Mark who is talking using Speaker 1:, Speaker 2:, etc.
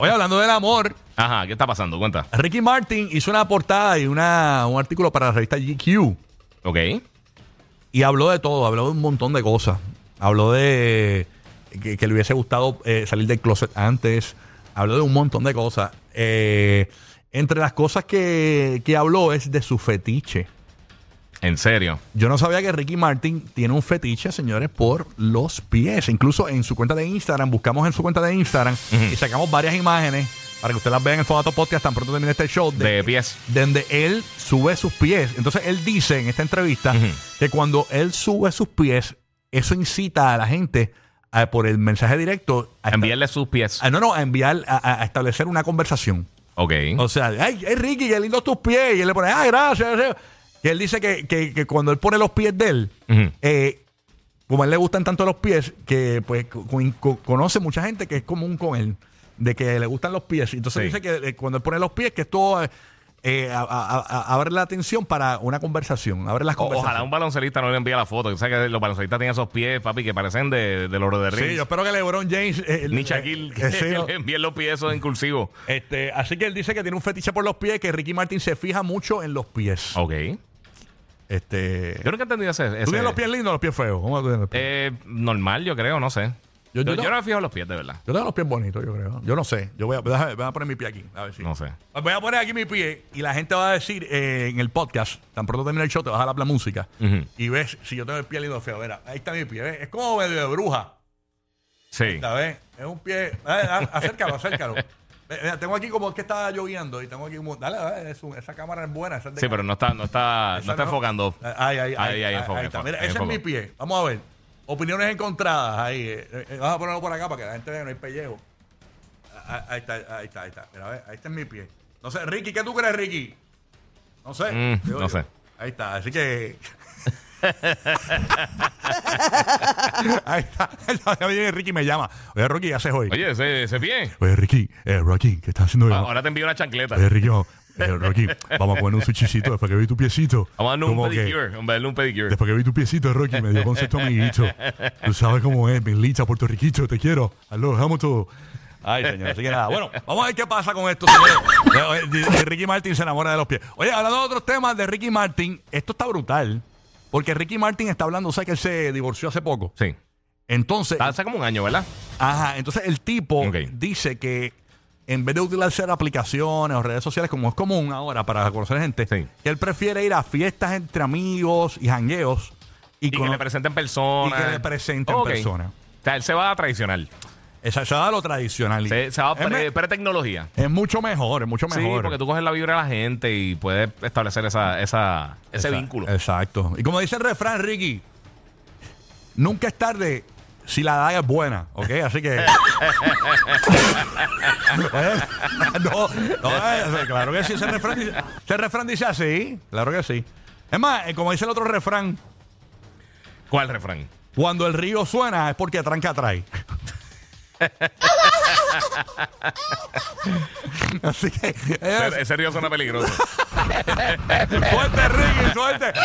Speaker 1: Oye, hablando del amor,
Speaker 2: Ajá, ¿qué está pasando? Cuenta.
Speaker 1: Ricky Martin hizo una portada y una, un artículo para la revista GQ
Speaker 2: Ok.
Speaker 1: y habló de todo, habló de un montón de cosas. Habló de que, que le hubiese gustado eh, salir del closet antes, habló de un montón de cosas. Eh, entre las cosas que, que habló es de su fetiche.
Speaker 2: En serio.
Speaker 1: Yo no sabía que Ricky Martin tiene un fetiche, señores, por los pies. Incluso en su cuenta de Instagram, buscamos en su cuenta de Instagram y sacamos varias imágenes para que ustedes las vean en formato podcast tan pronto termine este show.
Speaker 2: De pies.
Speaker 1: Donde él sube sus pies. Entonces él dice en esta entrevista
Speaker 2: Ujú.
Speaker 1: que cuando él sube sus pies, eso incita a la gente a, por el mensaje directo a, esta-
Speaker 2: Enviarle sus pies.
Speaker 1: a- no, no, a enviar, a- a- a establecer una conversación.
Speaker 2: Ok.
Speaker 1: O sea, ay, ay, Ricky, qué lindo tus pies. Y él le pone, ah, gracias. gracias". Que él dice que, que- que cuando él pone los pies de él,
Speaker 2: Ujú.
Speaker 1: eh, como a él le gustan tanto los pies, que pues co- co- conoce mucha gente que es común con él, de que le gustan los pies. Entonces
Speaker 2: Sí.
Speaker 1: dice que eh, cuando él pone los pies, que esto eh, eh, a- a- a- abre la atención para una conversación. Abre las
Speaker 2: O- ojalá un
Speaker 1: conversaciones.
Speaker 2: baloncelista no le envíe la foto. que sabes que los baloncelistas tienen esos pies, papi, que parecen de, de oro de
Speaker 1: Sí,
Speaker 2: Rings.
Speaker 1: yo espero que LeBron James. eh,
Speaker 2: Ni
Speaker 1: eh,
Speaker 2: Shaquille
Speaker 1: eh, sí, ¿no?
Speaker 2: que le envíen los pies esos en cursivo.
Speaker 1: Este, así que él dice que tiene un fetiche por los pies, que Ricky Martin se fija mucho en los pies.
Speaker 2: Ok. Yo
Speaker 1: Este,
Speaker 2: nunca he entendido ese. ese-
Speaker 1: ¿Tú tienes los pies lindos o los pies feos? ¿Cómo tú tienes los pies?
Speaker 2: Eh, normal, yo creo, no sé.
Speaker 1: Yo-
Speaker 2: Yo,
Speaker 1: yo
Speaker 2: yo
Speaker 1: no-
Speaker 2: no me fijo en los pies, de verdad.
Speaker 1: Yo tengo los pies bonitos, yo creo. Yo no sé. Yo voy a, déjame- voy a poner mi pie aquí. A ver si.
Speaker 2: No sé.
Speaker 1: Voy a poner aquí mi pie y la gente va a decir eh, en el podcast, tan pronto termine el show, te vas a la plan música
Speaker 2: Ujú.
Speaker 1: y ves si yo tengo el pie lindo o feo. Verá, ahí está mi pie. ¿ves? Es como medio de bruja.
Speaker 2: Sí.
Speaker 1: ¿Sabes? Es un pie. a ver, a- acércalo, acércalo. Ve- mira, tengo aquí como es que está lloviendo y tengo aquí como. Dale, dale, es un- esa cámara es buena. esa es de
Speaker 2: Sí, pero no está, no está,
Speaker 1: Esa
Speaker 2: no está
Speaker 1: no. Ah.
Speaker 2: enfocando.
Speaker 1: Ay, ay, ay.
Speaker 2: Ahí, ahí,
Speaker 1: ahí
Speaker 2: enfoca,
Speaker 1: está.
Speaker 2: enfoca,
Speaker 1: Mira,
Speaker 2: ahí
Speaker 1: ese
Speaker 2: enfoca.
Speaker 1: es mi pie. Vamos a ver. Opiniones encontradas. Ahí. eh, eh, Vamos a ponerlo por acá para que la gente vea que no hay pellejo. Ah, ah, Ahí está, ahí está, ahí está. Mira, a ver, ahí está es mi pie. No sé, Ricky, ¿qué tú crees, Ricky? No sé.
Speaker 2: Mm,
Speaker 1: Digo yo.
Speaker 2: no sé.
Speaker 1: Ahí está, así que. ahí está. Ya viene Ricky y me llama. Oye, Rocky, ¿qué haces hoy?
Speaker 2: Oye, ese, ese pie.
Speaker 1: Oye, Ricky, eh, Rocky, ¿qué estás haciendo hoy?
Speaker 2: Ahora te envío una chancleta.
Speaker 1: Oye, Ricky, vamos- eh, Rocky, vamos a comer un sushicito después que vi tu piecito.
Speaker 2: Vamos a darle un
Speaker 1: Como que-
Speaker 2: pedicure. Vamos a darle un pedicure.
Speaker 1: Después que vi tu piecito, Rocky, me dio concepto amiguito. Tú sabes cómo es, Melita, Puerto Riquito, te quiero. Aló, amo todo. Ay, señor, así que nada. Bueno, vamos a ver qué pasa con esto. señores. Eh, eh, eh, Ricky Martin se enamora de los pies. Oye, hablando de otros temas de Ricky Martin, esto está brutal. Porque Ricky Martin está hablando, o sea, que él se divorció hace poco.
Speaker 2: Sí.
Speaker 1: Entonces,
Speaker 2: Está- Hace como un año, ¿verdad?
Speaker 1: Ajá, entonces el tipo
Speaker 2: Ok.
Speaker 1: dice que en vez de utilizar aplicaciones o redes sociales como es común ahora para conocer gente,
Speaker 2: Sí.
Speaker 1: que él prefiere ir a fiestas entre amigos y jangueos y,
Speaker 2: Y que
Speaker 1: cono-
Speaker 2: le presenten personas.
Speaker 1: y que le presenten
Speaker 2: Ok.
Speaker 1: personas.
Speaker 2: O sea, él se va a tradicional.
Speaker 1: Esa esa es lo tradicional. Y
Speaker 2: Se, se va a
Speaker 1: es, me-
Speaker 2: pre, tecnología.
Speaker 1: es mucho mejor, es mucho mejor.
Speaker 2: Sí, porque tú coges la vibra de la gente y puedes establecer esa, esa,
Speaker 1: Esa-
Speaker 2: ese
Speaker 1: eh.
Speaker 2: vínculo.
Speaker 1: Exacto. Y como dice el refrán, Ricky, nunca es tarde si la daga es buena, ¿ok? Así que... ¿eh? no, no, eh, claro que sí, ese refrán, dice, ese refrán dice así, claro que sí. Es más, eh, como dice el otro refrán,
Speaker 2: ¿Cuál refrán?
Speaker 1: cuando el río suena es porque tranca trae. Así que... eh,
Speaker 2: Ese, ese río suena peligroso.
Speaker 1: suerte, Ricky, suerte.